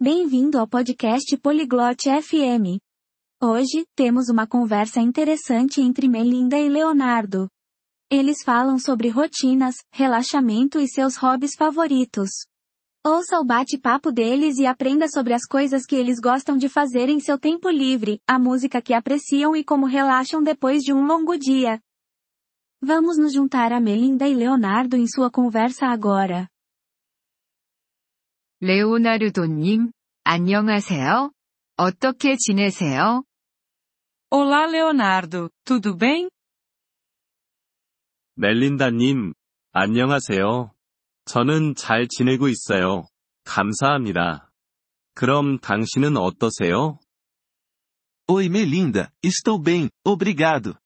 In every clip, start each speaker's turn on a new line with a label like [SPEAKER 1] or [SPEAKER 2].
[SPEAKER 1] Bem-vindo ao podcast Poliglote FM. Hoje, temos uma conversa interessante entre Melinda e Leonardo. Eles falam sobre rotinas, relaxamento e seus hobbies favoritos. Ouça o bate-papo deles e aprenda sobre as coisas que eles gostam de fazer em seu tempo livre, a música que apreciam e como relaxam depois de um longo dia. Vamos nos juntar a Melinda e Leonardo em sua conversa agora.
[SPEAKER 2] 레오나르도님, 안녕하세요? 어떻게 지내세요?
[SPEAKER 3] Olá, Leonardo. Tudo bem?
[SPEAKER 4] 멜린다님, 안녕하세요. 저는 잘 지내고 있어요. 감사합니다. 그럼 당신은 어떠세요?
[SPEAKER 5] Oi, Melinda. Estou bem, obrigado.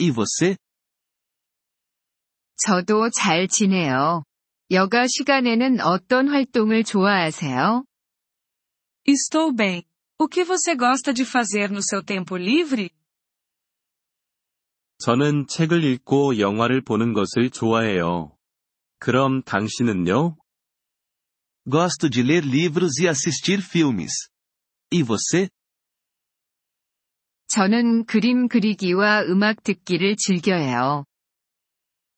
[SPEAKER 5] E você?
[SPEAKER 2] 저도 잘 지내요. 여가 시간에는 어떤 활동을 좋아하세요?
[SPEAKER 3] Estou bem. O que você gosta de fazer no seu tempo livre?
[SPEAKER 4] 저는 책을 읽고 영화를 보는 것을 좋아해요. 그럼 당신은요?
[SPEAKER 5] Gosto de ler livros e assistir filmes. E você?
[SPEAKER 2] 저는 그림 그리기와 음악 듣기를 즐겨요.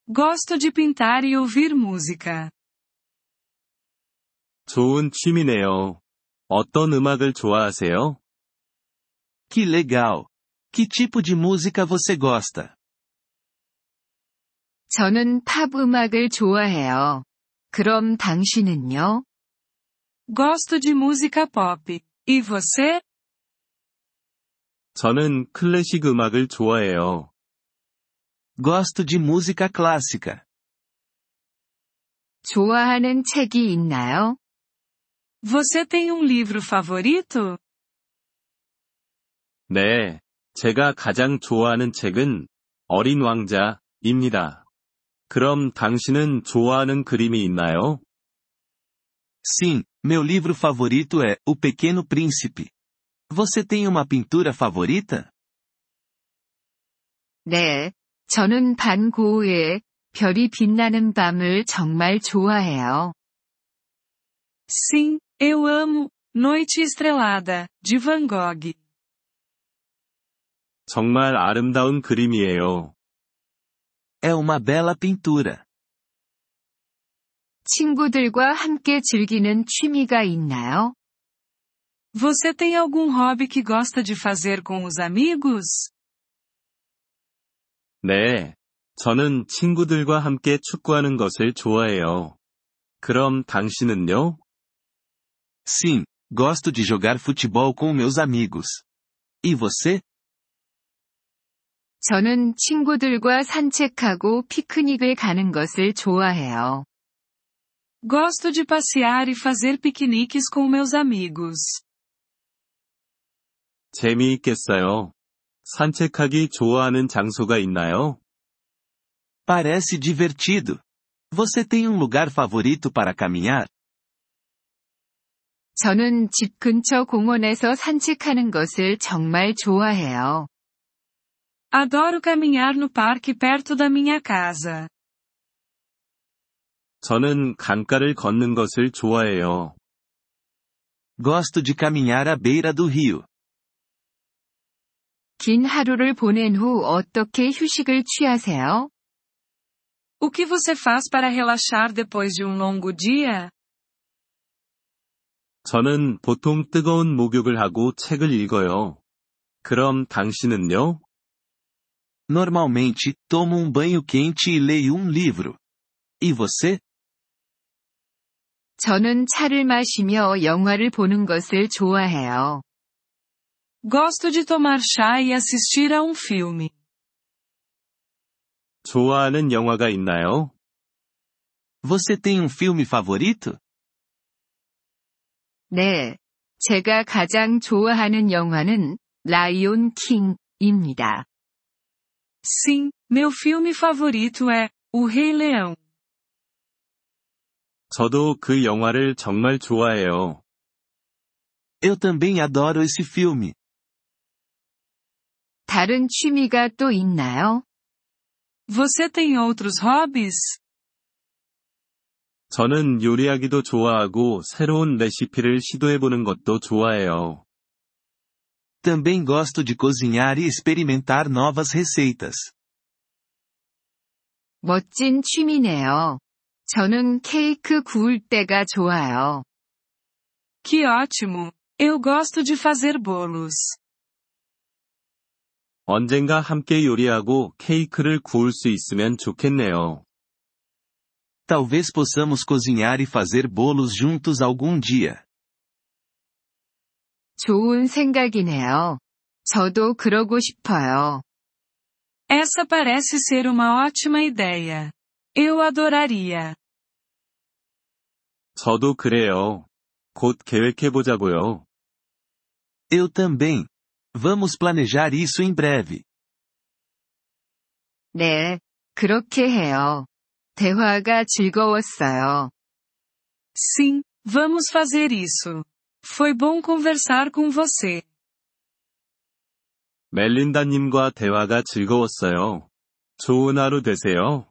[SPEAKER 3] Gosto de pintar e ouvir música.
[SPEAKER 4] 좋은 취미네요. 어떤 음악을 좋아하세요?
[SPEAKER 5] Que legal! Que tipo de música você gosta?
[SPEAKER 2] 저는 팝 음악을 좋아해요. 그럼 당신은요?
[SPEAKER 3] Gosto de música pop. E você?
[SPEAKER 4] 저는 클래식 음악을 좋아해요.
[SPEAKER 5] Gosto de música clássica.
[SPEAKER 2] 좋아하는 책이 있나요?
[SPEAKER 3] Você tem um livro favorito?
[SPEAKER 4] 네. 제가 가장 좋아하는 책은 어린 왕자입니다. 그럼 당신은 좋아하는 그림이 있나요?
[SPEAKER 5] Sim, meu livro favorito é O Pequeno Príncipe. Você tem uma pintura favorita?
[SPEAKER 2] 네. 저는 반 고흐의 별이 빛나는 밤을 정말 좋아해요.
[SPEAKER 3] Sim, eu amo Noite Estrelada, de Van Gogh.
[SPEAKER 4] 정말 아름다운 그림이에요.
[SPEAKER 5] É uma bela pintura.
[SPEAKER 2] 친구들과 함께 즐기는 취미가 있나요?
[SPEAKER 3] Você tem algum hobby que gosta de fazer com os amigos?
[SPEAKER 4] 네. 저는 친구들과 함께 축구하는 것을 좋아해요. 그럼 당신은요?
[SPEAKER 5] Sim, gosto de jogar futebol com meus amigos. E você?
[SPEAKER 2] 저는 친구들과 산책하고 피크닉을 가는 것을 좋아해요.
[SPEAKER 3] Gosto de passear e fazer piqueniques com meus amigos.
[SPEAKER 4] 재미있겠어요. 산책하기 좋아하는 장소가 있나요?
[SPEAKER 5] Parece divertido. Você tem um lugar favorito para caminhar?
[SPEAKER 2] 저는 집 근처 공원에서 산책하는 것을 정말 좋아해요.
[SPEAKER 3] Adoro caminhar no parque perto da minha casa.
[SPEAKER 4] 저는 강가를 걷는 것을 좋아해요.
[SPEAKER 5] Gosto de caminhar à beira do rio.
[SPEAKER 2] 긴 하루를 보낸 후 어떻게 휴식을 취하세요?
[SPEAKER 3] O que você faz para relaxar depois de um longo dia?
[SPEAKER 4] 저는 보통 뜨거운 목욕을 하고 책을 읽어요. 그럼 당신은요?
[SPEAKER 5] Normalmente, tomo um banho quente e leio um livro. E você?
[SPEAKER 2] 저는 차를 마시며 영화를 보는 것을 좋아해요.
[SPEAKER 3] Gosto de tomar chá e assistir a um filme.
[SPEAKER 4] 좋아하는 영화가 있나요?
[SPEAKER 5] Você tem um filme favorito?
[SPEAKER 2] 네. 제가 가장 좋아하는 영화는 라이온 킹입니다.
[SPEAKER 3] Sim, meu filme favorito é O Rei Leão.
[SPEAKER 4] 저도 그 영화를 정말 좋아해요.
[SPEAKER 5] Eu também adoro esse filme.
[SPEAKER 2] 다른 취미가 또 있나요?
[SPEAKER 3] Você tem outros hobbies?
[SPEAKER 4] 저는 요리하기도 좋아하고 새로운 레시피를 시도해보는 것도 좋아해요.
[SPEAKER 5] Também gosto de cozinhar e experimentar novas receitas.
[SPEAKER 2] 멋진 취미네요. 저는 케이크 구울 때가 좋아요.
[SPEAKER 3] Que ótimo! Eu gosto de fazer bolos.
[SPEAKER 4] 언젠가 함께 요리하고 케이크를 구울 수 있으면 좋겠네요.
[SPEAKER 5] Talvez possamos cozinhar e fazer bolos juntos algum dia.
[SPEAKER 2] 좋은 생각이네요. 저도 그러고 싶어요.
[SPEAKER 3] Essa parece ser uma ótima ideia. Eu adoraria.
[SPEAKER 4] 저도 그래요. 곧 계획해보자고요.
[SPEAKER 5] Eu também. Vamos planejar isso em breve.
[SPEAKER 2] 네, 그렇게 해요. 대화가 즐거웠어요.
[SPEAKER 3] Sim, vamos fazer isso. Foi bom conversar com você.
[SPEAKER 4] 멜린다님과 대화가 즐거웠어요. 좋은 하루 되세요.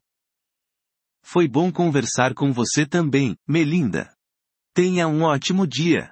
[SPEAKER 5] Foi bom conversar com você também, Melinda. Tenha um ótimo dia.